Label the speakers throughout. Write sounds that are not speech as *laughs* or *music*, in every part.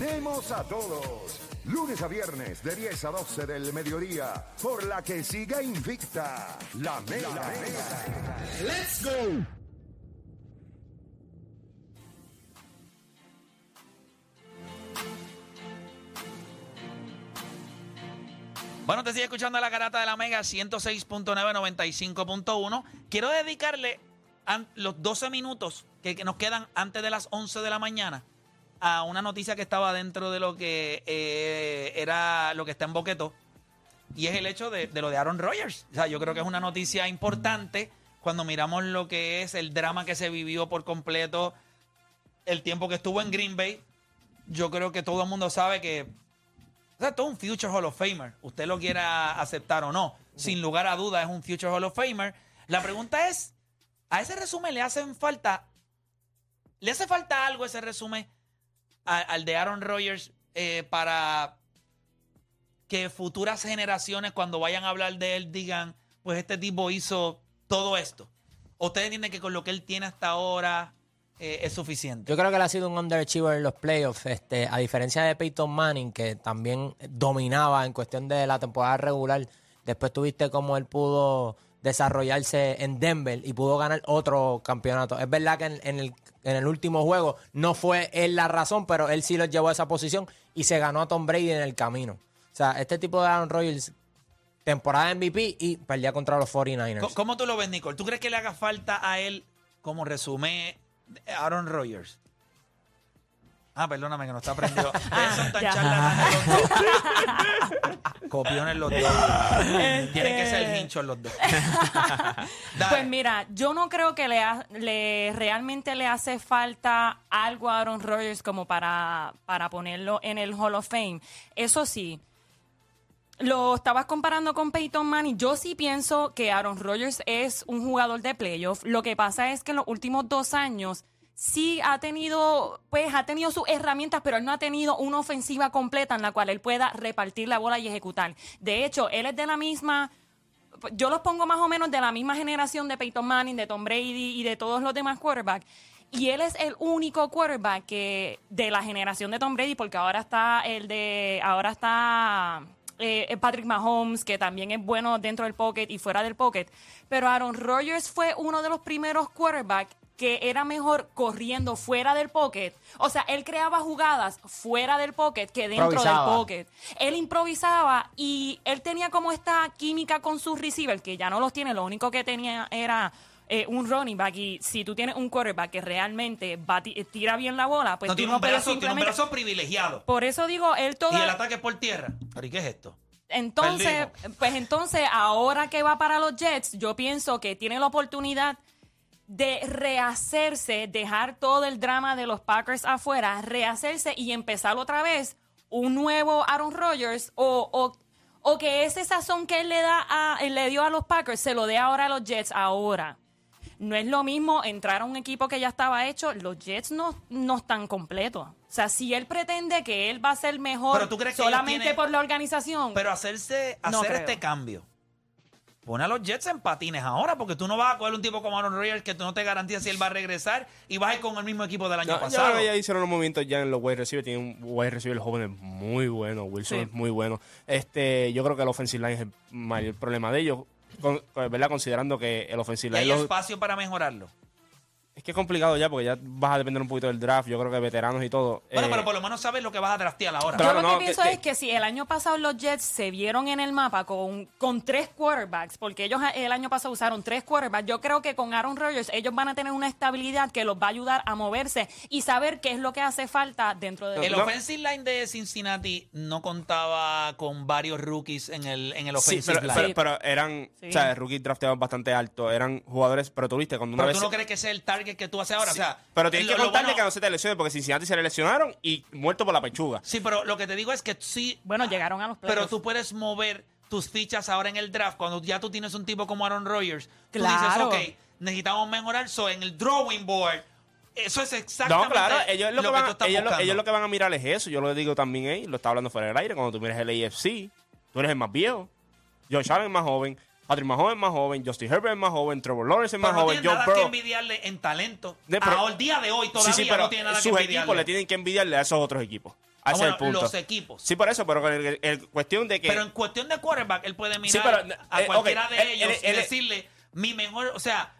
Speaker 1: atendemos a todos. Lunes a viernes de 10 a 12 del mediodía, por la que siga invicta la mega.
Speaker 2: Let's go.
Speaker 3: Bueno, te sigue escuchando la carata de la Mega 106.995.1. Quiero dedicarle an- los 12 minutos que que nos quedan antes de las 11 de la mañana a una noticia que estaba dentro de lo que eh, era lo que está en Boqueto. Y es el hecho de, de lo de Aaron Rodgers. O sea, yo creo que es una noticia importante cuando miramos lo que es el drama que se vivió por completo, el tiempo que estuvo en Green Bay. Yo creo que todo el mundo sabe que o sea, todo un Future Hall of Famer. Usted lo quiera aceptar o no. Sin lugar a duda, es un Future Hall of Famer. La pregunta es: ¿a ese resumen le hacen falta? ¿Le hace falta algo ese resumen a- al de Aaron Rodgers eh, para que futuras generaciones, cuando vayan a hablar de él, digan: Pues este tipo hizo todo esto? ¿O ¿Ustedes entienden que con lo que él tiene hasta ahora eh, es suficiente?
Speaker 4: Yo creo que él ha sido un underachiever en los playoffs, este, a diferencia de Peyton Manning, que también dominaba en cuestión de la temporada regular. Después tuviste cómo él pudo desarrollarse en Denver y pudo ganar otro campeonato. Es verdad que en, en el, en el último juego no fue él la razón, pero él sí lo llevó a esa posición y se ganó a Tom Brady en el camino. O sea, este tipo de Aaron Rodgers, temporada MVP y perdía contra los 49ers.
Speaker 3: Co- ¿Cómo tú lo ves, Nicole? ¿Tú crees que le haga falta a él, como resume Aaron Rodgers? Ah, perdóname que no está
Speaker 5: *laughs*
Speaker 3: aprendido. Ustedes son tan
Speaker 5: ya.
Speaker 3: charlatanes los
Speaker 5: *laughs*
Speaker 3: dos. Copiones los dos. Tienen que ser
Speaker 5: Este.
Speaker 3: hinchos los
Speaker 5: *laughs*
Speaker 3: dos. Dale.
Speaker 5: Pues mira, yo no creo que le, ha- le- realmente le hace falta algo a Aaron Rodgers como para, para ponerlo en el Hall of Fame. Eso sí, lo estabas comparando con Peyton Manning. Yo sí pienso que Aaron Rodgers es un jugador de playoff. Lo que pasa es que en los últimos dos años sí ha tenido, pues ha tenido sus herramientas, pero él no ha tenido una ofensiva completa en la cual él pueda repartir la bola y ejecutar. De hecho, él es de la misma yo los pongo más o menos de la misma generación de Peyton Manning, de Tom Brady y de todos los demás quarterbacks. Y él es el único quarterback que de la generación de Tom Brady, porque ahora está el de, ahora está eh, Patrick Mahomes, que también es bueno dentro del pocket y fuera del pocket. Pero Aaron Rodgers fue uno de los primeros quarterbacks que era mejor corriendo fuera del pocket. O sea, él creaba jugadas fuera del pocket que dentro del
Speaker 4: Improvisaba.
Speaker 5: pocket pocket. Él improvisaba y él tenía como esta química con sus receivers, que ya no los tiene, lo único que tenía era eh, un running back. Y si tú tienes un quarterback que realmente va- ti- tira bien la bola, pues
Speaker 3: no
Speaker 5: tú
Speaker 3: tiene un
Speaker 5: puedes
Speaker 3: brazo, tiene un
Speaker 5: simplemente-
Speaker 3: brazo privilegiado.
Speaker 5: Por eso digo, él todo.
Speaker 3: Y el ataque por tierra. ¿Pero y qué es esto?
Speaker 5: Entonces, pues entonces, ahora que va para los Jets, yo pienso que tiene la oportunidad de rehacerse, dejar todo el drama de los Packers afuera, rehacerse y empezar otra vez un nuevo Aaron Rodgers o, o, o que ese sazón que él le, da a, él le dio a los Packers se lo dé ahora a los Jets ahora. No es lo mismo entrar a un equipo que ya estaba hecho. Los Jets no, no están completos. O sea, si él pretende que él va a ser mejor
Speaker 3: Pero tú crees que ellos
Speaker 5: solamente
Speaker 3: tienen-
Speaker 5: por la organización,
Speaker 3: Pero hacerse,
Speaker 5: No
Speaker 3: hacer
Speaker 5: creo.
Speaker 3: este cambio. Pone a los Jets en patines ahora, porque tú no vas a coger un tipo como Aaron Rodgers que tú no te garantizas si él va a regresar y vas a ir con el mismo equipo del año
Speaker 6: No, ya,
Speaker 3: pasado.
Speaker 6: ahora ya hicieron los movimientos ya en los wide receivers. Tiene un wide receiver joven muy bueno. Wilson
Speaker 5: Sí.
Speaker 6: es muy bueno. Este, yo creo que el offensive line es el mayor problema de ellos. Con- con- ¿verdad? Considerando que el offensive
Speaker 3: Y
Speaker 6: line.
Speaker 3: hay
Speaker 6: los-
Speaker 3: espacio para mejorarlo.
Speaker 6: es que es complicado ya porque ya vas a depender un poquito del draft. Yo creo que veteranos y todo.
Speaker 3: Bueno,
Speaker 6: eh,
Speaker 3: pero por lo menos sabes lo que vas a draftear ahora.
Speaker 5: yo
Speaker 6: Claro,
Speaker 5: lo que
Speaker 6: no, que-
Speaker 5: pienso
Speaker 6: que-
Speaker 5: es que si el año pasado los Jets se vieron en el mapa con, con tres quarterbacks, porque ellos a- el año pasado usaron tres quarterbacks, yo creo que con Aaron Rodgers ellos van a tener una estabilidad que los va a ayudar a moverse y saber qué es lo que hace falta dentro de
Speaker 3: El
Speaker 6: No.
Speaker 3: offensive line de Cincinnati no contaba con varios rookies en el, en el
Speaker 6: Sí,
Speaker 3: offensive
Speaker 6: pero,
Speaker 3: line.
Speaker 6: pero- pero eran
Speaker 5: Sí.
Speaker 6: o sea, rookies drafteados bastante altos. Eran jugadores, pero tú viste, cuando una
Speaker 3: Pero
Speaker 6: vez.
Speaker 3: tú no crees que ese es el target que tú haces ahora.
Speaker 6: Sí,
Speaker 3: o sea,
Speaker 6: pero tienes
Speaker 3: lo-
Speaker 6: que
Speaker 3: lo
Speaker 6: contarle
Speaker 3: bueno-
Speaker 6: que no se te lesiones porque Cincinnati se le lesionaron y muerto por la pechuga.
Speaker 3: Sí, pero lo que te digo es que sí,
Speaker 5: Bueno, llegaron a los
Speaker 3: pero
Speaker 5: playoffs.
Speaker 3: tú puedes mover tus fichas ahora en el draft cuando ya tú tienes un tipo como Aaron Rodgers. Tú
Speaker 5: Claro.
Speaker 3: dices, ok, necesitamos mejorar eso en el drawing board. Eso es exactamente
Speaker 6: No, claro, ellos lo, que van,
Speaker 3: tú estás
Speaker 6: ellos, lo,
Speaker 3: buscando.
Speaker 6: ellos lo que van a mirar es eso. Yo lo digo también ahí, lo está hablando fuera del aire. Cuando tú miras el AFC, tú eres el más viejo. Josh Allen es más joven, Patrick Mahomes es más joven, Justin Herbert es más joven, Trevor Lawrence es más
Speaker 3: Pero no
Speaker 6: joven,
Speaker 3: tiene
Speaker 6: Joe
Speaker 3: nada que
Speaker 6: Burrow.
Speaker 3: envidiarle en talento.
Speaker 6: De- pero-
Speaker 3: Ahora, el día de hoy todavía
Speaker 6: sí, sí, pero
Speaker 3: no tiene nada que
Speaker 6: sus equipos
Speaker 3: envidiarle.
Speaker 6: le tienen que envidiarle a esos otros equipos.
Speaker 3: Ah,
Speaker 6: ese es
Speaker 3: bueno,
Speaker 6: el punto.
Speaker 3: los equipos.
Speaker 6: Sí, por eso, pero con el, el- el cuestión de que.
Speaker 3: Pero en cuestión de quarterback, él puede mirar
Speaker 6: Sí, pero,
Speaker 3: a
Speaker 6: eh, ok,
Speaker 3: cualquiera
Speaker 6: él-
Speaker 3: de ellos
Speaker 6: él- él-
Speaker 3: y decirle, mi mejor, o sea,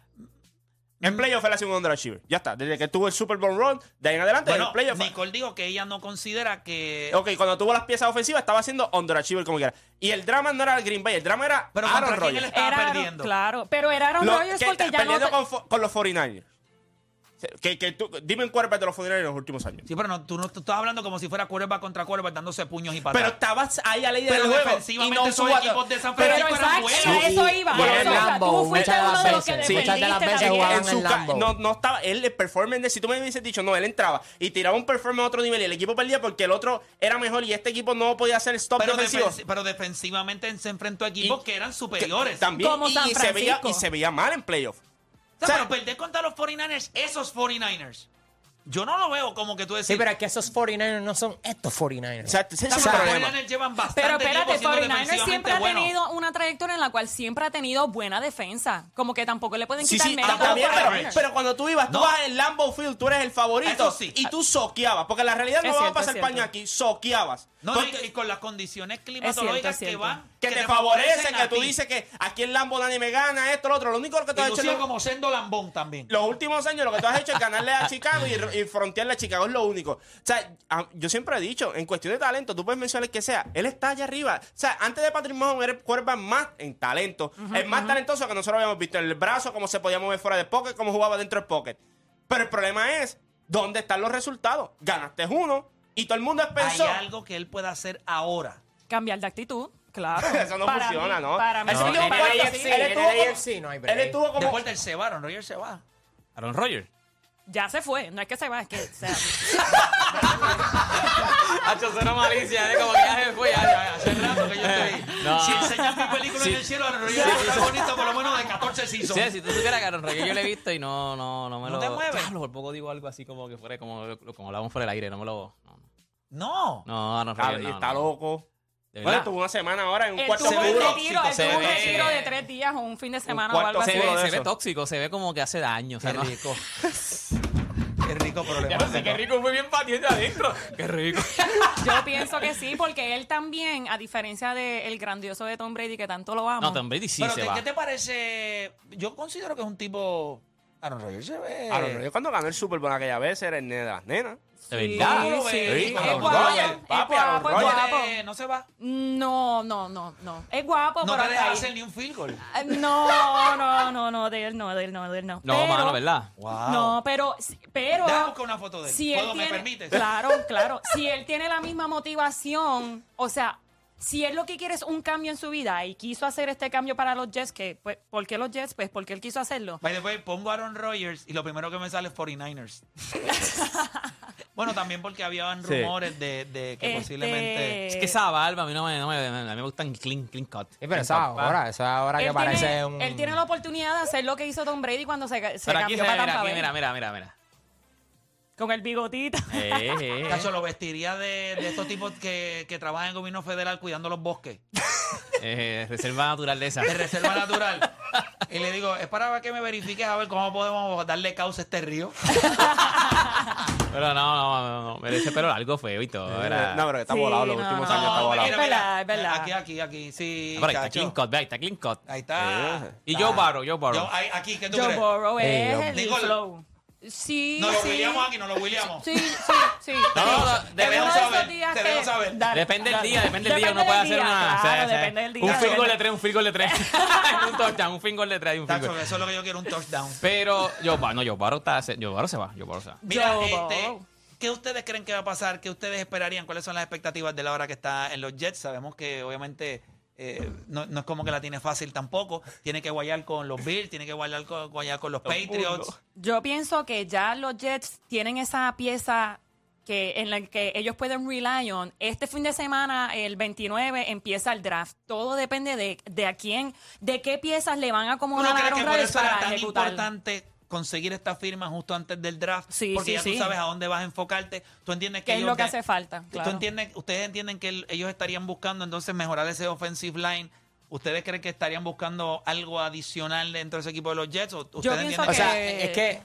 Speaker 6: En playoff él ha sido un underachiever. Ya está. Desde que tuvo el Super Bowl run, de ahí en adelante,
Speaker 3: bueno, eh,
Speaker 6: en playoff.
Speaker 3: Nicole dijo que ella no considera que...
Speaker 6: Ok, cuando tuvo las piezas ofensivas estaba siendo underachiever como quiera. Y el drama no era el Green Bay, el drama era
Speaker 3: Pero
Speaker 6: Aaron
Speaker 3: ¿contra quién
Speaker 6: Rodgers.
Speaker 3: él Estaba
Speaker 5: Era Aaron-
Speaker 3: perdiendo.
Speaker 5: Claro, pero era Aaron
Speaker 6: Lo-
Speaker 5: Rodgers
Speaker 6: que
Speaker 5: porque
Speaker 6: está
Speaker 5: ya no...
Speaker 6: perdiendo con, fo- con los 49ers. Que, que tú, dime un quarterback de los 49ers en los últimos años.
Speaker 3: Sí, pero no, tú no tú estás hablando como si fuera quarterback contra quarterback dándose puños y patadas.
Speaker 6: Pero estabas ahí a ley del
Speaker 3: Pero
Speaker 6: juego. Y
Speaker 3: defensivamente
Speaker 6: no
Speaker 3: esos
Speaker 6: suba-
Speaker 3: equipos de San
Speaker 5: Pero,
Speaker 3: Francisco eran
Speaker 5: exacto,
Speaker 3: buenos.
Speaker 5: a eso iba.
Speaker 6: Bueno,
Speaker 5: a eso
Speaker 6: en
Speaker 5: iba.
Speaker 4: Lambo,
Speaker 5: Tú fuiste
Speaker 4: muchas de
Speaker 5: uno
Speaker 4: las
Speaker 5: de los que
Speaker 4: veces.
Speaker 6: Sí.
Speaker 5: defendiste
Speaker 4: Muchas de las veces
Speaker 5: también.
Speaker 4: jugaban
Speaker 6: en su
Speaker 4: en
Speaker 6: ca-
Speaker 4: Lambeau.
Speaker 6: no, no estaba, él, el performance de, si tú me hubieses dicho, no, él entraba y tiraba un performance a otro nivel y el equipo perdía porque el otro era mejor y este equipo no podía hacer stop
Speaker 3: Pero,
Speaker 6: defensivo.
Speaker 3: defensi- pero defensivamente se enfrentó a equipos
Speaker 6: Y-
Speaker 3: que eran
Speaker 6: Que-
Speaker 3: superiores.
Speaker 6: También,
Speaker 5: Como
Speaker 6: y,
Speaker 5: San
Speaker 6: y se veía,
Speaker 5: Francisco.
Speaker 6: y se veía mal en playoff.
Speaker 3: O sea,
Speaker 6: O sea,
Speaker 3: pero perder contra los 49ers, esos 49ers. Yo no lo veo como que tú decís.
Speaker 4: Sí, pero es que esos 49ers no son estos 49ers.
Speaker 6: O sea, ese
Speaker 3: "Está,
Speaker 6: es el
Speaker 3: pero los
Speaker 6: problema.
Speaker 3: 49ers llevan bastante
Speaker 5: Pero espérate,
Speaker 3: tiempo siendo
Speaker 5: 49ers siempre ha
Speaker 3: defensivamente buenos".
Speaker 5: tenido una trayectoria en la cual siempre ha tenido buena defensa. Como que tampoco le pueden
Speaker 6: Sí,
Speaker 5: quitar
Speaker 6: sí,
Speaker 5: mérito a los
Speaker 6: también, pero,
Speaker 5: 49ers.
Speaker 6: pero cuando tú ibas,
Speaker 3: No.
Speaker 6: tú vas en Lambeau Field, tú eres el favorito.
Speaker 3: Eso sí.
Speaker 6: Y tú soqueabas, porque la realidad no
Speaker 5: Es
Speaker 6: va a
Speaker 5: cierto,
Speaker 6: pasar
Speaker 5: es cierto.
Speaker 6: paño aquí, soqueabas.
Speaker 3: No, no,
Speaker 6: Porque-
Speaker 3: y, y con las condiciones climatológicas
Speaker 5: es cierto.
Speaker 3: que van.
Speaker 6: que, te, favorece,
Speaker 3: favorecen
Speaker 6: que
Speaker 3: a
Speaker 6: tú
Speaker 3: ti.
Speaker 6: dices que aquí en Lambo nadie me gana, esto, lo otro. Lo único que tú
Speaker 3: Y
Speaker 6: has hecho
Speaker 3: lució
Speaker 6: en los,
Speaker 3: como siendo lambón también.
Speaker 6: los últimos años, lo que tú has hecho es ganarle a Chicago
Speaker 7: *laughs*
Speaker 6: y, y frontearle a Chicago, es lo único. O sea, a- yo siempre he dicho, en cuestión de talento, tú puedes mencionar el que sea, él está allá arriba. O sea, antes de Patrick Mahomes, era el quarterback más en talento. el más talentoso que nosotros habíamos visto. El brazo, cómo se podía mover fuera del pocket, cómo jugaba dentro del pocket. Pero el problema es, ¿dónde están los resultados? Ganaste uno y todo el mundo pensó...
Speaker 3: Hay algo que él puede hacer ahora.
Speaker 5: Cambiar de actitud, claro.
Speaker 6: *laughs* *laughs* Eso no
Speaker 5: Para
Speaker 6: funciona,
Speaker 5: mí-
Speaker 6: ¿no?
Speaker 5: Para mí,
Speaker 6: Eso
Speaker 5: no.
Speaker 6: último
Speaker 4: en el
Speaker 6: cuarto,
Speaker 4: AFC,
Speaker 6: sí, él
Speaker 4: en el
Speaker 6: estuvo como-
Speaker 4: AFC no hay break.
Speaker 6: Él estuvo como...
Speaker 3: Después él se va, Aaron Rodgers se va.
Speaker 7: Aaron Rodgers.
Speaker 5: ya se fue. No es que se va, es que... o sea,
Speaker 7: Hacho, suena malicia, ¿eh? Como que ya se fue. ya, ya,
Speaker 3: Hace
Speaker 7: ya.
Speaker 3: rato que yo estoy.
Speaker 7: *laughs* No.
Speaker 3: Si enseñas mi película
Speaker 7: Sí.
Speaker 3: en el cielo, Aaron Rodgers está bonito por lo menos de 14 seasons.
Speaker 7: Sí, si tú supieras que Aaron Rodgers yo lo he visto y no, no, no me
Speaker 3: ¿No
Speaker 7: lo...
Speaker 3: te mueve?
Speaker 7: Diablo, por poco digo algo así como que fuera, como, como hablamos fuera del aire, no me lo... No,
Speaker 3: No.
Speaker 7: no, Aaron
Speaker 6: Ah,
Speaker 7: Rodgers no,
Speaker 6: está
Speaker 7: no.
Speaker 6: loco.
Speaker 7: De
Speaker 6: Bueno,
Speaker 7: verdad.
Speaker 6: tuvo una semana ahora en un
Speaker 5: él
Speaker 6: cuarto
Speaker 5: tuvo
Speaker 7: se
Speaker 5: un
Speaker 7: ve
Speaker 6: seguro.
Speaker 5: retiro, él
Speaker 7: tóxico,
Speaker 5: tuvo un
Speaker 7: se ve-
Speaker 5: retiro de tres días o un fin de semana o
Speaker 6: cuarto
Speaker 5: algo así.
Speaker 7: se
Speaker 6: seguro
Speaker 7: ve,
Speaker 6: de
Speaker 7: se
Speaker 6: eso.
Speaker 7: ve tóxico, se ve como que hace daño. O sea,
Speaker 3: Qué
Speaker 7: no-
Speaker 3: rico.
Speaker 7: *laughs*
Speaker 3: Qué rico
Speaker 7: Ya
Speaker 3: problema.
Speaker 7: no sé, qué rico, fue bien patiente adentro. Qué rico.
Speaker 5: Yo pienso que sí, porque él también, a diferencia del grandioso de Tom Brady, que tanto lo amo.
Speaker 7: No, Tom Brady sí
Speaker 3: Pero,
Speaker 7: se
Speaker 3: ¿qué-
Speaker 7: va.
Speaker 3: ¿qué te parece? Yo considero que es un tipo. Aaron Rodgers se ve.
Speaker 6: Aaron Rodgers cuando ganó el Super Bowl aquella vez era el nene de las nenas.
Speaker 7: De
Speaker 5: Sí,
Speaker 7: verdad.
Speaker 3: ¿Cómo lo
Speaker 5: sí.
Speaker 3: ves?
Speaker 5: Es
Speaker 3: Aaron
Speaker 5: guapo,
Speaker 6: Rodgers,
Speaker 5: es guapo,
Speaker 6: papi,
Speaker 5: es
Speaker 6: Aaron Rodgers.
Speaker 5: guapo.
Speaker 3: Eh, no se va.
Speaker 5: No, no, no, no. Es guapo,
Speaker 3: No
Speaker 5: pero
Speaker 3: te
Speaker 5: hasta
Speaker 3: deja
Speaker 5: ahí.
Speaker 3: hacer ni un field goal.
Speaker 5: Ah, No, no, no, no, de él no, de él no, de él no.
Speaker 7: No,
Speaker 5: Pero-
Speaker 7: mano, ¿verdad?
Speaker 3: Wow.
Speaker 5: No, pero, pero.
Speaker 3: Déjame buscar una foto de él.
Speaker 5: Si él
Speaker 3: ¿Puedo? ¿Me
Speaker 5: tiene-
Speaker 3: permites? *laughs*
Speaker 5: Claro, claro. Si él tiene la misma motivación, o sea, si él lo que quiere es un cambio en su vida y quiso hacer este cambio para los Jets, que, pues, ¿por qué los Jets? Pues porque él quiso hacerlo.
Speaker 3: By the way, pongo Aaron Rodgers y lo primero que me sale es
Speaker 5: *laughs*
Speaker 3: 49ers. bueno, también porque habían
Speaker 6: Sí.
Speaker 3: rumores de, de que
Speaker 5: Este-
Speaker 3: posiblemente.
Speaker 7: Es que esa barba a mí no me, no me, a mí me gustan clean, clean cut.
Speaker 4: Sí, pero eso ahora, eso ahora que
Speaker 5: Él
Speaker 4: parece
Speaker 5: tiene,
Speaker 4: un...
Speaker 5: él tiene la oportunidad de hacer lo que hizo Tom Brady cuando se, se
Speaker 7: Pero aquí
Speaker 5: cambió
Speaker 7: se ve,
Speaker 5: para
Speaker 7: mira,
Speaker 5: Tampa
Speaker 7: aquí,
Speaker 5: Bay.
Speaker 7: mira, mira, mira, mira.
Speaker 5: Con el bigotito.
Speaker 7: Eh, eh,
Speaker 3: Cacho, lo vestiría de, de estos tipos que, que trabajan en el gobierno federal cuidando los bosques
Speaker 7: eh, reserva
Speaker 5: *laughs*
Speaker 7: natural de esa.
Speaker 3: de reserva natural. Y le digo, es para que me verifiques a ver cómo podemos darle causa a este
Speaker 7: *laughs*
Speaker 3: río.
Speaker 7: Pero no, no, no, no, merece pero algo feo y todo. Era...
Speaker 6: Eh,
Speaker 7: Ah,
Speaker 6: No, pero que está
Speaker 5: Sí,
Speaker 6: volado los
Speaker 5: no,
Speaker 6: últimos
Speaker 5: no,
Speaker 6: años. Está
Speaker 5: no,
Speaker 6: volado.
Speaker 5: Es verdad, es verdad.
Speaker 3: Aquí, aquí, aquí. Sí.
Speaker 7: Ah, pero ahí está
Speaker 3: chacho.
Speaker 7: clean cut, ve, ahí está clean cut.
Speaker 3: Ahí está. Ah.
Speaker 7: Y Joe Barrow, Joe Barrow.
Speaker 3: Yo, ahí- aquí, ¿qué tú
Speaker 5: Joe
Speaker 3: crees?
Speaker 5: Burrow
Speaker 4: Eh,
Speaker 5: es
Speaker 4: yo-
Speaker 5: el
Speaker 3: Nicole.
Speaker 5: flow. Sí,
Speaker 3: Nos lo
Speaker 5: sí.
Speaker 3: williamos aquí, nos lo williamos.
Speaker 5: Sí, sí, sí.
Speaker 7: No, no, no,
Speaker 5: Es
Speaker 7: debemos
Speaker 5: uno de esos
Speaker 3: saber,
Speaker 5: días
Speaker 3: debemos
Speaker 5: que-
Speaker 3: saber.
Speaker 5: Dale,
Speaker 7: Depende del
Speaker 5: dale.
Speaker 7: día, depende del día. Uno
Speaker 5: Depende
Speaker 7: puede
Speaker 5: del
Speaker 7: hacer
Speaker 5: día,
Speaker 7: una. o sea,
Speaker 5: claro,
Speaker 7: o sea,
Speaker 5: depende del día.
Speaker 7: Un
Speaker 5: Depende.
Speaker 7: field goal de tres, un field goal de tres. *laughs* un touchdown, un field goal de tres y un field
Speaker 3: Tacho,
Speaker 7: goal.
Speaker 3: eso es lo que yo quiero, un touchdown.
Speaker 7: Pero Joe Barrow, no, Joe Barrow, está, se- Joe Barrow se va. Joe Barrow se va.
Speaker 3: Mira,
Speaker 5: Joe
Speaker 3: este,
Speaker 5: Burrow.
Speaker 3: ¿qué ustedes creen que va a pasar? ¿Qué ustedes esperarían? ¿Cuáles son las expectativas de la hora que está en los Jets? Sabemos que obviamente eh, no, no es como que la tiene fácil tampoco. Tiene que guayar con los Bills, tiene que guayar con, guayar con los Patriots.
Speaker 5: Yo pienso que ya los Jets tienen esa pieza que en la que ellos pueden rely on. Este fin de semana, el 29, empieza el draft. Todo depende de, de a quién, de qué piezas le van a
Speaker 3: ¿Tú no
Speaker 5: acomodar a
Speaker 3: crees
Speaker 5: Aaron
Speaker 3: que por
Speaker 5: Rodgers
Speaker 3: eso era
Speaker 5: para
Speaker 3: tan
Speaker 5: ejecutar.
Speaker 3: importante conseguir esta firma justo antes del draft?
Speaker 5: Sí,
Speaker 3: porque
Speaker 5: sí,
Speaker 3: ya tú
Speaker 5: sí.
Speaker 3: sabes a dónde vas a enfocarte. Tú entiendes que
Speaker 5: ¿Qué es
Speaker 3: ellos
Speaker 5: lo que
Speaker 3: ya-
Speaker 5: hace falta?
Speaker 3: ¿Tú
Speaker 5: Claro.
Speaker 3: entiendes- ustedes entienden que el- ellos estarían buscando entonces mejorar ese offensive line. ¿Ustedes creen que estarían buscando algo adicional dentro de ese equipo de los Jets? ¿O ustedes
Speaker 5: pienso
Speaker 3: entienden
Speaker 4: O sea,
Speaker 5: que-
Speaker 4: es que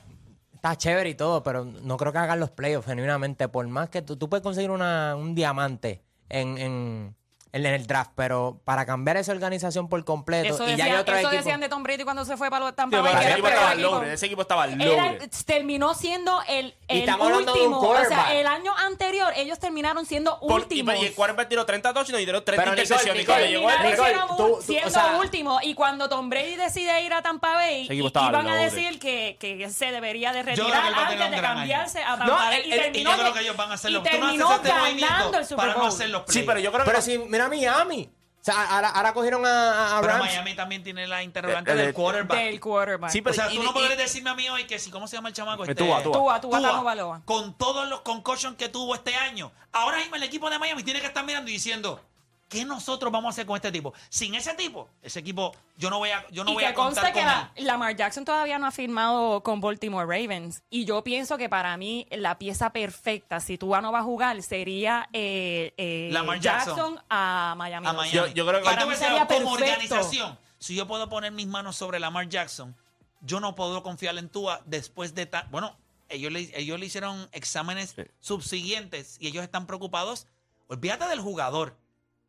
Speaker 4: está chévere y todo, pero no creo que hagan los playoffs genuinamente. Por más que tú, tú puedes conseguir una, un diamante en, en, en el draft, pero para cambiar esa organización por completo
Speaker 5: Eso,
Speaker 4: y ya hay
Speaker 5: decían,
Speaker 4: otro
Speaker 5: eso
Speaker 4: equipo.
Speaker 5: decían de Tom Brady cuando se fue para los Tampa
Speaker 6: Tío,
Speaker 5: Bay.
Speaker 6: pero
Speaker 5: que
Speaker 6: ese
Speaker 5: era
Speaker 6: equipo
Speaker 5: el
Speaker 6: estaba
Speaker 5: peor
Speaker 6: lobre,
Speaker 5: equipo.
Speaker 6: ese equipo estaba
Speaker 5: Era-
Speaker 6: lobre.
Speaker 5: terminó siendo el, el
Speaker 4: estamos hablando de un
Speaker 5: último. O
Speaker 4: quarterback.
Speaker 5: sea, el año anterior ellos terminaron siendo
Speaker 6: Por- y-
Speaker 5: últimos.
Speaker 6: Y el quarterback tiró 30 touchdowns y tiró 30
Speaker 4: Pero, Nicole,
Speaker 6: intercepciones. y
Speaker 4: Nicole,
Speaker 6: cuando llegó el-
Speaker 5: Terminaron
Speaker 4: Nicole,
Speaker 5: siendo,
Speaker 4: tú- tú- o
Speaker 5: siendo
Speaker 4: sea-
Speaker 5: último y cuando Tom Brady decide ir a Tampa Bay
Speaker 6: Ese
Speaker 5: y,
Speaker 6: equipo estaba
Speaker 5: iban a
Speaker 6: loaded.
Speaker 5: decir que, que se debería de
Speaker 3: creo que
Speaker 5: retirar
Speaker 3: él va a tener
Speaker 5: antes
Speaker 3: un
Speaker 5: de
Speaker 3: gran año.
Speaker 5: cambiarse a Tampa
Speaker 6: No,
Speaker 5: Bay
Speaker 6: él-
Speaker 5: y
Speaker 6: él-
Speaker 3: Y
Speaker 6: y
Speaker 5: terminó,
Speaker 3: yo creo que ellos van a hacer
Speaker 5: y
Speaker 3: los
Speaker 5: terminó
Speaker 3: tú no haces este
Speaker 5: ganando
Speaker 3: movimiento
Speaker 5: el Super
Speaker 3: para no
Speaker 5: Bowl.
Speaker 3: hacer los playoffs.
Speaker 6: Sí, pero yo creo que.
Speaker 4: Pero si, mira Miami. O sea, ahora, ahora cogieron a, a- a
Speaker 3: Pero
Speaker 4: Rams.
Speaker 3: Miami también tiene la interrogante
Speaker 6: Eh, eh,
Speaker 3: del quarterback.
Speaker 5: del quarterback.
Speaker 6: Sí,
Speaker 3: o
Speaker 6: pero
Speaker 3: sea,
Speaker 6: y-
Speaker 3: tú no
Speaker 6: y-
Speaker 3: podrías decirme a mí hoy que si, ¿cómo se llama el chamaco?
Speaker 6: Eh,
Speaker 3: Este,
Speaker 6: Tua,
Speaker 5: Tua,
Speaker 6: Tua.
Speaker 5: Tua Tagovailoa.
Speaker 3: Con todos los concussions que tuvo este año. Ahora mismo el equipo de Miami tiene que estar mirando y diciendo, ¿qué nosotros vamos a hacer con este tipo? Sin ese tipo, ese equipo, yo no voy a, yo no
Speaker 5: y
Speaker 3: voy
Speaker 5: que
Speaker 3: a
Speaker 5: conste
Speaker 3: contar
Speaker 5: que
Speaker 3: con
Speaker 5: la,
Speaker 3: él.
Speaker 5: Lamar Jackson todavía no ha firmado con Baltimore Ravens. Y yo pienso que para mí la pieza perfecta, si Tua no va a jugar, sería eh, eh,
Speaker 3: Lamar Jackson.
Speaker 5: a Miami.
Speaker 3: A Miami.
Speaker 6: Yo- yo creo que-
Speaker 3: Y te voy a
Speaker 5: Para mí
Speaker 3: decir
Speaker 5: sería
Speaker 3: algo, como
Speaker 5: perfecto.
Speaker 3: organización, si yo puedo poner mis manos sobre Lamar Jackson, yo no puedo confiar en Tua después de tan... Bueno, ellos le, ellos le hicieron exámenes subsiguientes y ellos están preocupados. Olvídate del jugador,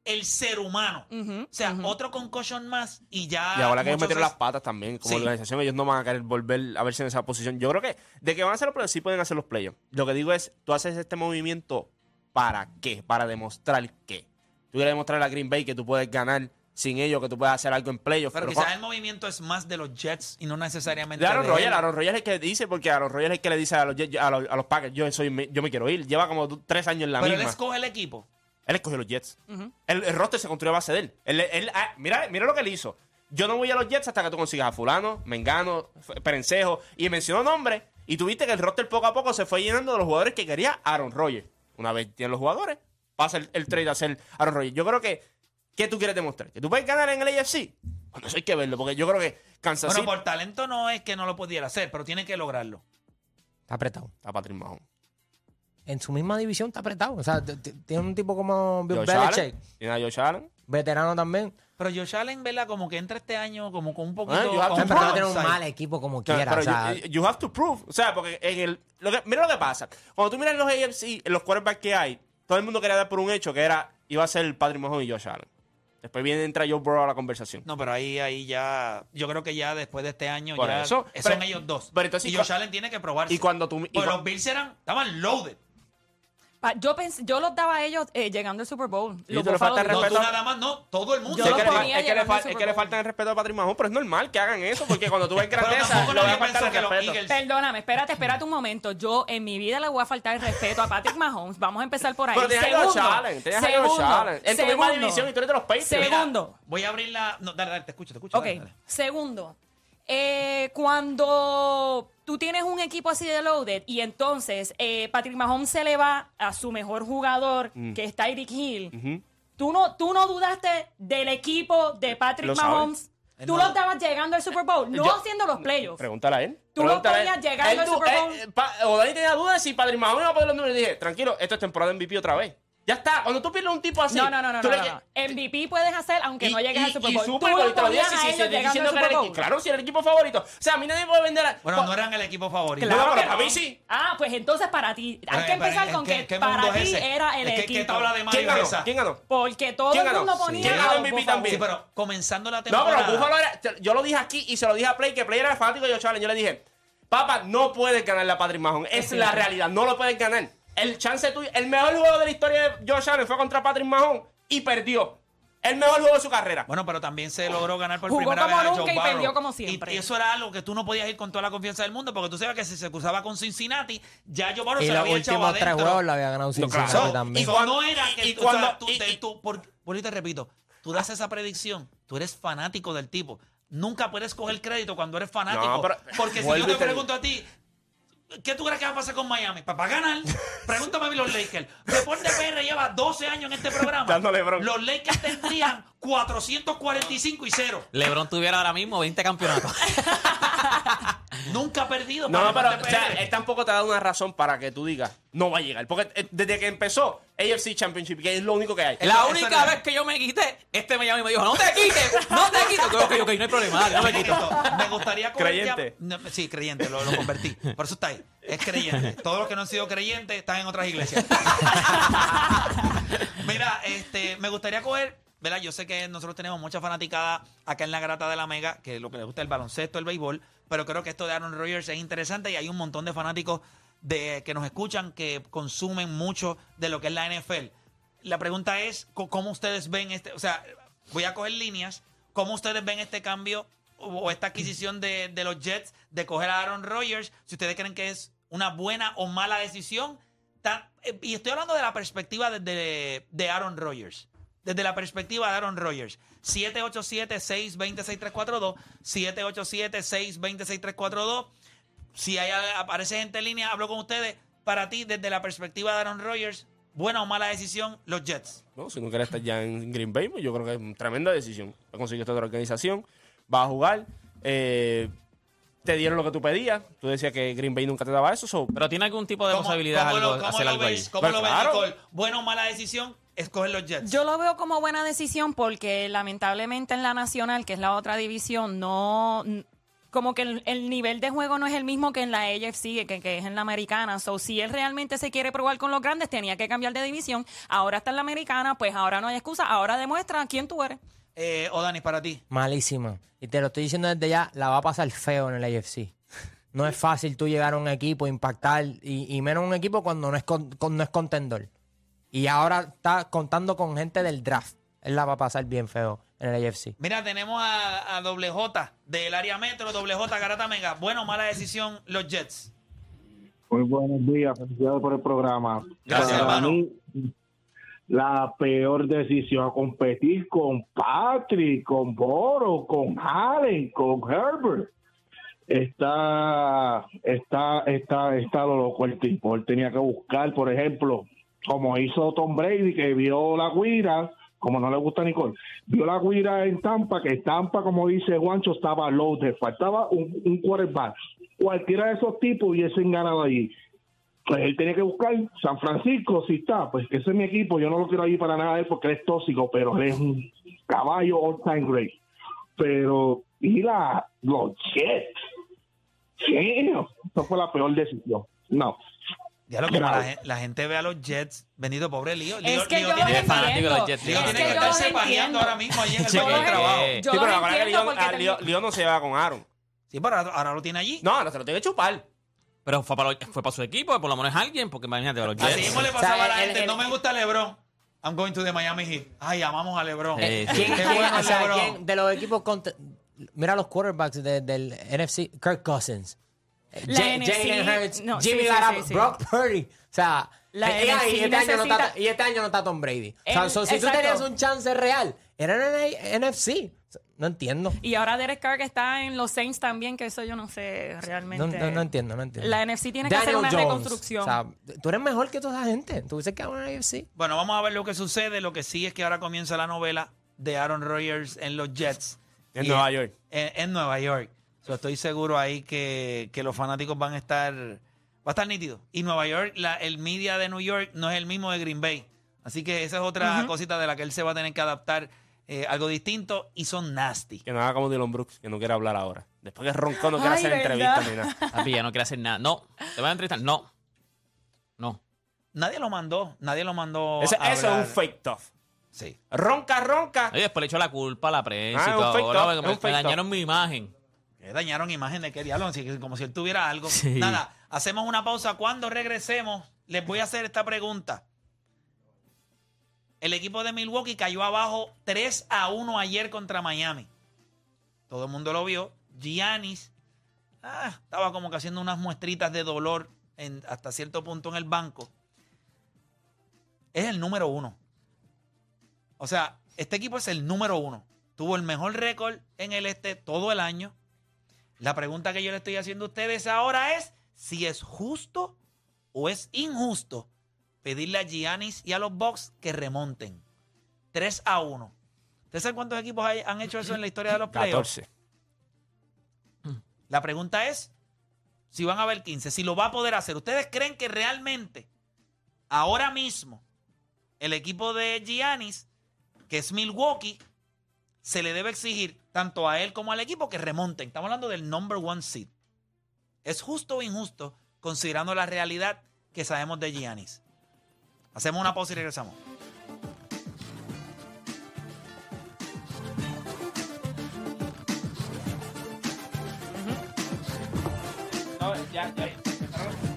Speaker 3: el ser humano.
Speaker 5: Ujú,
Speaker 3: o sea,
Speaker 5: ujú.
Speaker 3: otro concussion más y ya...
Speaker 6: Y ahora que ellos
Speaker 3: muchos
Speaker 6: metieron
Speaker 3: es-
Speaker 6: las patas también, como
Speaker 3: Sí.
Speaker 6: organización, ellos no van a querer volver a verse en esa posición. Yo creo que de que van a hacer los playoffs, sí pueden hacer los playoffs. Lo que digo es, tú haces este movimiento para qué, para demostrar qué. Tú quieres demostrar a Green Bay que tú puedes ganar sin ellos, que tú puedes hacer algo en playoffs.
Speaker 3: Pero
Speaker 6: pero
Speaker 3: quizás
Speaker 6: cua-
Speaker 3: el movimiento es más de los Jets y no necesariamente
Speaker 6: de Aaron
Speaker 3: de él.
Speaker 6: Rodgers, Aaron Rodgers es el que dice, porque Aaron Rodgers es el que le dice a los, Jets- a los, a los Packers, yo, soy, me- yo me quiero ir. Lleva como du- tres años en la
Speaker 3: Pero él
Speaker 6: misma.
Speaker 3: escoge el equipo.
Speaker 6: Él escogió los Jets. el, el roster se construyó a base de él. Él- él- ah, mira, mira lo que él hizo. Yo no voy a los Jets hasta que tú consigas a Fulano, Mengano, F- Perencejo. Y mencionó nombres. Y tuviste que el roster poco a poco se fue llenando de los jugadores que quería Aaron Rodgers. Una vez tienen los jugadores, pasa el, el trade a hacer Aaron Rodgers. Yo creo que. ¿Qué tú quieres demostrar? ¿Que tú puedes ganar en el AFC? Bueno, eso hay que verlo, porque yo creo que Kansas
Speaker 3: Bueno,
Speaker 6: City.
Speaker 3: por talento no es que no lo pudiera hacer, pero tiene que lograrlo.
Speaker 4: Está apretado.
Speaker 6: Está Patrick Mahomes.
Speaker 4: En su misma división está apretado. O sea, t- t- tiene un tipo como Bill
Speaker 6: Josh
Speaker 4: Belichick,
Speaker 6: Allen. Tiene a Josh Allen.
Speaker 4: veterano también.
Speaker 3: Pero Josh Allen, ¿verdad? Como que entra este año como con un poquito...
Speaker 6: Ah, Josh Allen
Speaker 3: con un
Speaker 4: Pero no
Speaker 3: poquito
Speaker 4: tiene un
Speaker 3: outside.
Speaker 4: mal equipo como
Speaker 6: Claro,
Speaker 4: quiera.
Speaker 6: pero
Speaker 4: o sea,
Speaker 6: you, eh, you have to prove. O sea, porque en el. lo que- mira lo que pasa. Cuando tú miras los AFC, en los quarterbacks que hay, todo el mundo quería dar por un hecho que era iba a ser Patrick Mahomes y Josh Allen. Después viene entra Joe Burrow a la conversación.
Speaker 3: No, pero ahí, ahí ya... Yo creo que ya después de este año
Speaker 6: Por
Speaker 3: ya
Speaker 6: eso,
Speaker 3: son
Speaker 6: pero-
Speaker 3: ellos dos.
Speaker 6: pero entonces-
Speaker 3: y Josh Allen tiene que probarse.
Speaker 6: y cuando tú- y
Speaker 3: Pues
Speaker 6: cuan-
Speaker 3: los Bills eran... Estaban loaded.
Speaker 5: Pa- Yo, pens- yo los daba a ellos eh, llegando al Super Bowl.
Speaker 6: Y
Speaker 5: Los
Speaker 6: tú le
Speaker 5: Buffalo
Speaker 6: faltas
Speaker 5: Bills.
Speaker 3: No, tú
Speaker 6: respeto.
Speaker 3: nada más, no. Todo el mundo.
Speaker 5: Yo
Speaker 6: es
Speaker 5: lo
Speaker 6: que, le,
Speaker 5: ponía
Speaker 6: es que le
Speaker 5: llegando
Speaker 6: fal-
Speaker 5: al Super
Speaker 6: es que le
Speaker 5: Bowl.
Speaker 6: faltan el respeto a Patrick Mahomes, pero es normal que hagan eso, porque
Speaker 5: *laughs*
Speaker 6: cuando tú ves
Speaker 3: Pero
Speaker 6: grandeza,
Speaker 3: tampoco
Speaker 6: le
Speaker 3: lo
Speaker 6: vas a
Speaker 3: que
Speaker 6: faltar
Speaker 3: pensó
Speaker 6: el
Speaker 3: que los
Speaker 6: respeto.
Speaker 3: Eagles...
Speaker 5: Perdóname, espérate, espérate un momento. Yo en mi vida le voy a faltar el respeto a Patrick Mahomes. Vamos a empezar por ahí.
Speaker 6: Pero tenías a Josh
Speaker 5: Segundo,
Speaker 6: Allen, tenías a Josh
Speaker 5: segundo,
Speaker 6: Allen. En tu misma
Speaker 5: segundo.
Speaker 6: división y tú eres de los Patriots.
Speaker 3: Mira,
Speaker 5: Segundo.
Speaker 3: Voy a abrir la... No, dale, dale, te escucho, te escucho.
Speaker 5: Ok,
Speaker 3: dale, dale.
Speaker 5: segundo. eh, cuando tú tienes un equipo así de loaded y entonces eh, Patrick Mahomes se le va a su mejor jugador,
Speaker 6: Mm.
Speaker 5: que es Tyreek Hill, tú, no, tú no dudaste del equipo de Patrick
Speaker 6: Lo sabe.
Speaker 5: Mahomes.
Speaker 3: Él
Speaker 5: Tú
Speaker 3: no-
Speaker 5: lo estabas llegando al Super
Speaker 6: *laughs*
Speaker 5: Bowl, no
Speaker 6: Yo-
Speaker 5: haciendo los playoffs.
Speaker 6: Pregúntale a él.
Speaker 5: Tú no
Speaker 6: Pregúntale a
Speaker 5: podías
Speaker 6: él.
Speaker 5: llegar
Speaker 6: Él
Speaker 5: al
Speaker 6: tú-
Speaker 5: Super
Speaker 6: eh,
Speaker 5: Bowl.
Speaker 6: eh, pa- Odani tenía dudas si Patrick Mahomes iba a poder los números. Y dije, tranquilo, esto es temporada MVP otra vez. Ya está. Cuando tú pierdes a un tipo así.
Speaker 5: No, no, no, no,
Speaker 6: tú
Speaker 5: no,
Speaker 6: le-
Speaker 5: no, no. MVP puedes hacer aunque
Speaker 6: y-
Speaker 5: no llegues
Speaker 6: y-
Speaker 5: al Super
Speaker 6: y
Speaker 5: Bowl.
Speaker 6: Super
Speaker 5: tú
Speaker 6: Bowl,
Speaker 5: lo
Speaker 6: te lo
Speaker 5: podías
Speaker 6: dije,
Speaker 5: a
Speaker 6: sí, sí,
Speaker 5: ellos llegando al
Speaker 6: diciendo que era
Speaker 5: Super
Speaker 6: el
Speaker 5: Bowl.
Speaker 6: equipo- Claro, si era el equipo favorito. O sea, a mí nadie me puede vender a...
Speaker 3: Bueno, no eran el equipo favorito.
Speaker 6: Claro.
Speaker 5: que
Speaker 6: pero para mí sí.
Speaker 5: Ah, pues entonces para ti. Hay
Speaker 3: Pero,
Speaker 5: que
Speaker 3: pero,
Speaker 5: empezar
Speaker 3: ¿en
Speaker 5: con
Speaker 3: qué-
Speaker 5: que
Speaker 3: qué
Speaker 5: para
Speaker 3: mundo
Speaker 5: ti
Speaker 3: es ese?
Speaker 5: era el
Speaker 3: Es que- ¿Qué,
Speaker 5: equipo.
Speaker 3: tabla de Mario
Speaker 6: ¿Quién ganó?
Speaker 3: es esa?
Speaker 6: ¿Quién ganó?
Speaker 5: Porque todo
Speaker 6: ¿Quién
Speaker 5: el
Speaker 6: ganó?
Speaker 5: mundo
Speaker 6: Sí.
Speaker 5: ponía
Speaker 6: ¿Quién ganó
Speaker 5: a los
Speaker 6: MVP
Speaker 5: Buffalo.
Speaker 6: también?
Speaker 3: Sí, pero comenzando la
Speaker 6: No,
Speaker 3: temporada...
Speaker 6: pero Buffalo era... te- Yo lo dije aquí y se lo dije a Play, que Play era el fanático de Josh Allen. Yo le dije, papá, no puedes ganarle a Patrick Mahomes. Es la realidad, no lo puedes ganar. El chance tuyo... El mejor juego de la historia de Josh Allen fue contra Patrick Mahomes y perdió. El mejor juego de su carrera.
Speaker 3: Bueno, pero también se logró ganar por
Speaker 5: Jugó
Speaker 3: primera
Speaker 5: como
Speaker 3: vez a
Speaker 5: nunca
Speaker 3: Joe
Speaker 5: y
Speaker 3: Burrow.
Speaker 5: perdió como siempre.
Speaker 3: Y, y eso era algo que tú no podías ir con toda la confianza del mundo, porque tú sabías que si se cruzaba con Cincinnati, ya Joe Burrow
Speaker 4: y
Speaker 3: se lo
Speaker 4: los
Speaker 3: había echado
Speaker 4: últimos tres
Speaker 3: adentro.
Speaker 4: juegos lo había ganado Cincinnati
Speaker 6: claro.
Speaker 4: también.
Speaker 3: Y cuando era que
Speaker 6: y
Speaker 3: tú, o sea,
Speaker 6: cuando-
Speaker 3: tú,
Speaker 6: y-
Speaker 3: te-
Speaker 6: y-
Speaker 3: tú- por, por ahí te repito, tú das esa predicción, tú eres fanático del tipo. Nunca puedes coger crédito cuando eres fanático.
Speaker 6: No, pero-
Speaker 3: porque si yo
Speaker 6: Vuelvo
Speaker 3: te
Speaker 6: y te
Speaker 3: pregunto a ti, ¿qué tú crees que va a pasar con Miami? Para ganar, pregúntame a mí los Lakers. Deporte PR lleva 12 años en este programa.
Speaker 6: *laughs* Dándole bronca.
Speaker 3: los Lakers tendrían 445 y 0.
Speaker 7: LeBron tuviera ahora mismo 20 campeonatos.
Speaker 3: Nunca ha perdido.
Speaker 6: No,
Speaker 3: para el
Speaker 6: pero o sea,
Speaker 3: PPR.
Speaker 6: él tampoco te ha dado una razón para que tú digas no va a llegar. Porque eh, desde que empezó AFC Championship, que es lo único que hay.
Speaker 7: La única vez que yo me quité, este me llamó y me dijo, no te quites, no te quites. Yo, ok, ok, no hay problema, dale, no me quito.
Speaker 3: me gustaría coger
Speaker 6: Creyente.
Speaker 3: ya- no, sí, creyente, lo, lo convertí. Por eso está ahí. Es creyente. Todos los que no han sido creyentes están en otras iglesias. Mira, este, me gustaría coger, ¿verdad? Yo sé que nosotros tenemos mucha fanaticada acá en la grata de la Mega, que lo que le gusta es el baloncesto, el béisbol, pero creo que esto de Aaron Rodgers es interesante y hay un montón de fanáticos de, que nos escuchan, que consumen mucho de lo que es la NFL. La pregunta es, co- ¿cómo ustedes ven este? O sea, voy a coger líneas. ¿Cómo ustedes ven este cambio o- o esta adquisición de, de los Jets de coger a Aaron Rodgers? Si ustedes creen que es una buena o mala decisión, Tan- eh, y estoy hablando de la perspectiva de, de- de Aaron Rodgers. Desde la perspectiva de Aaron Rodgers. 787-620-6342. 787-620-6342. Si hay, aparece gente en línea, hablo con ustedes. Para ti, desde la perspectiva de Aaron Rodgers, buena o mala decisión, los Jets.
Speaker 6: No, si no quiere estar ya en Green Bay, pues yo creo que es una tremenda decisión. Conseguiste otra organización, vas a jugar, eh, te dieron lo que tú pedías. Tú decías que Green Bay nunca te daba eso. so-
Speaker 7: Pero tiene algún tipo de
Speaker 3: ¿Cómo-
Speaker 7: responsabilidad
Speaker 3: cómo lo-
Speaker 7: algo-
Speaker 3: cómo
Speaker 7: hacer
Speaker 3: lo
Speaker 7: algo ahí.
Speaker 3: ves? ¿Cómo
Speaker 6: Pero
Speaker 3: lo ves,
Speaker 6: claro.
Speaker 3: Nicole? Buena o mala decisión, escoger los Jets.
Speaker 5: Yo lo veo como buena decisión porque lamentablemente en la Nacional, que es la otra división, no n- como que el, el nivel de juego no es el mismo que en la AFC, que, que es en la americana. So, si él realmente se quiere probar con los grandes, tenía que cambiar de división. Ahora está en la americana, pues ahora no hay excusa. Ahora demuestra quién tú eres.
Speaker 3: Eh, o Dani, para ti.
Speaker 4: Malísima. Y te lo estoy diciendo desde ya, la va a pasar feo en el AFC. No es fácil tú llegar a un equipo, impactar, y, y menos un equipo cuando no es, con- con- no es contendor. Y ahora está contando con gente del draft. Él la va a pasar bien feo en el AFC.
Speaker 3: Mira, tenemos a, a doble J del área metro, doble J Garata Mega. Buena o mala decisión, los Jets.
Speaker 8: Muy buenos días, felicidades por el programa.
Speaker 3: Gracias,
Speaker 8: Para
Speaker 3: hermano.
Speaker 8: mí, la peor decisión, competir con Patrick, con Boro, con Allen, con Herbert. Está, está, está, está lo loco el tipo. Él tenía que buscar, por ejemplo, como hizo Tom Brady, que vio la guira, como no le gusta a Nicole, vio la guira en Tampa, que Tampa, como dice Juancho, estaba loaded, faltaba un, un quarterback. Cualquiera de esos tipos hubiesen ganado allí. Pues él tenía que buscar San Francisco, si está, pues ese es mi equipo, yo no lo quiero ahí para nada él porque él es tóxico, pero él es un caballo all time great. Pero, y la, los Jets, Damn, eso fue la peor decisión. No,
Speaker 3: Ya lo que
Speaker 8: Grave.
Speaker 3: la, gen- la gente ve a los Jets, bendito pobre lío.
Speaker 5: es que yo los
Speaker 7: tiene fanático
Speaker 5: entiendo.
Speaker 7: de los Jets,
Speaker 5: Es
Speaker 7: Leo.
Speaker 5: que
Speaker 3: tiene que
Speaker 5: yo
Speaker 3: estar
Speaker 5: los
Speaker 3: separando
Speaker 5: entiendo. eh,
Speaker 3: ahora mismo allí en el
Speaker 7: Sí,
Speaker 3: banco de
Speaker 7: que-
Speaker 3: trabajo.
Speaker 5: Yo
Speaker 6: Sí,
Speaker 5: los
Speaker 6: pero la verdad es que
Speaker 5: entiendo
Speaker 6: Leon,
Speaker 5: porque
Speaker 6: ah,
Speaker 5: termi-
Speaker 6: Leon- Leon no se va con Aaron.
Speaker 3: Sí, pero ahora, ahora lo tiene allí.
Speaker 6: No, ahora se lo tiene que chupar.
Speaker 7: Pero fue para, los- fue para su equipo, por lo menos alguien, porque imagínate, a los
Speaker 3: Así
Speaker 7: Jets.
Speaker 3: mismo le pasaba a la
Speaker 4: O sea, el-
Speaker 3: gente.
Speaker 4: el-
Speaker 3: no me gusta LeBron. I'm going to the Miami Heat. Ay, amamos a LeBron.
Speaker 7: Eh,
Speaker 3: Qué
Speaker 7: sí.
Speaker 4: ¿Quién, quién-
Speaker 3: bueno
Speaker 4: o
Speaker 3: es
Speaker 4: sea,
Speaker 3: LeBron.
Speaker 4: quién de los equipos contra- Mira los quarterbacks de- del NFC, Kirk Cousins. eh,
Speaker 5: La
Speaker 4: Ja-
Speaker 5: NFC
Speaker 4: Jalen Hurts,
Speaker 5: no, sí,
Speaker 4: Jimmy
Speaker 5: sí,
Speaker 4: Garoppolo,
Speaker 5: sí, sí.
Speaker 4: Brock Purdy. O sea,
Speaker 5: La
Speaker 4: eh, eh,
Speaker 5: NFC
Speaker 4: y, este año no está,
Speaker 5: necesita-
Speaker 4: y este año no está Tom Brady. O sea,
Speaker 5: El-
Speaker 4: so, si tú
Speaker 5: exacto.
Speaker 4: tenías un chance real, era en el NFC. O sea, No entiendo.
Speaker 5: Y ahora Derek Carr que está en los Saints también, que eso yo no sé
Speaker 4: No,
Speaker 5: realmente.
Speaker 4: no- no entiendo, no entiendo.
Speaker 5: La NFC tiene que
Speaker 4: Daniel
Speaker 5: hacer una
Speaker 4: Jones.
Speaker 5: reconstrucción.
Speaker 4: O sea, tú eres mejor que toda esa gente. Tú dices que ahora en el NFC.
Speaker 3: Bueno, vamos a ver lo que sucede. Lo que sí es que ahora comienza la novela de Aaron Rodgers en los Jets.
Speaker 6: En
Speaker 3: Y-
Speaker 6: Nueva York.
Speaker 3: En, en Nueva York. So, estoy seguro ahí que, que los fanáticos van a estar. Va a estar nítido. Y Nueva York, la- el media de New York no es el mismo de Green Bay. Así que esa es otra cosita de la que él se va a tener que adaptar. eh, algo distinto y son nasty.
Speaker 6: Que no haga como Dylan Brooks, que no quiere hablar ahora. Después que roncó no quiere
Speaker 5: Ay,
Speaker 6: hacer
Speaker 5: ¿verdad?
Speaker 6: entrevistas ni nada.
Speaker 7: Papi, ya no quiere hacer nada. No, te van a entrevistar. No, no.
Speaker 3: Nadie lo mandó. Nadie lo mandó.
Speaker 6: Ese-
Speaker 3: a
Speaker 6: eso es un
Speaker 3: hablar.
Speaker 6: fake tough.
Speaker 3: Sí.
Speaker 6: Ronca, ronca.
Speaker 7: Y después le echó la culpa a la prensa
Speaker 6: Ah,
Speaker 7: y
Speaker 6: es un
Speaker 7: todo.
Speaker 6: fake
Speaker 7: Ahora
Speaker 6: top,
Speaker 7: me-
Speaker 6: es un
Speaker 7: me,
Speaker 6: fake top.
Speaker 7: dañaron mi imagen.
Speaker 3: Que dañaron imagen de qué diablo, así que como si él tuviera algo.
Speaker 7: Sí.
Speaker 3: Nada, hacemos una pausa. Cuando regresemos, les voy a hacer esta pregunta. El equipo de Milwaukee cayó abajo 3 a 1 ayer contra Miami. Todo el mundo lo vio. Giannis ah, estaba como que haciendo unas muestritas de dolor en- hasta cierto punto en el banco. Es el número uno. O sea, este equipo es el número uno. Tuvo el mejor récord en el este todo el año. La pregunta que yo le estoy haciendo a ustedes ahora es si es justo o es injusto pedirle a Giannis y a los Bucks que remonten 3 a 1. ¿Ustedes saben cuántos
Speaker 6: *laughs*
Speaker 3: equipos hay- han hecho eso en la historia de los playoffs?
Speaker 6: 14.
Speaker 3: La pregunta es si van a haber 15, si lo va a poder hacer. ¿Ustedes creen que realmente ahora mismo el equipo de Giannis, que es Milwaukee, se le debe exigir tanto a él como al equipo que remonten? Estamos hablando del number one seed. ¿Es justo o injusto considerando la realidad que sabemos de Giannis? Hacemos una pausa y regresamos.
Speaker 6: No, ya, ya.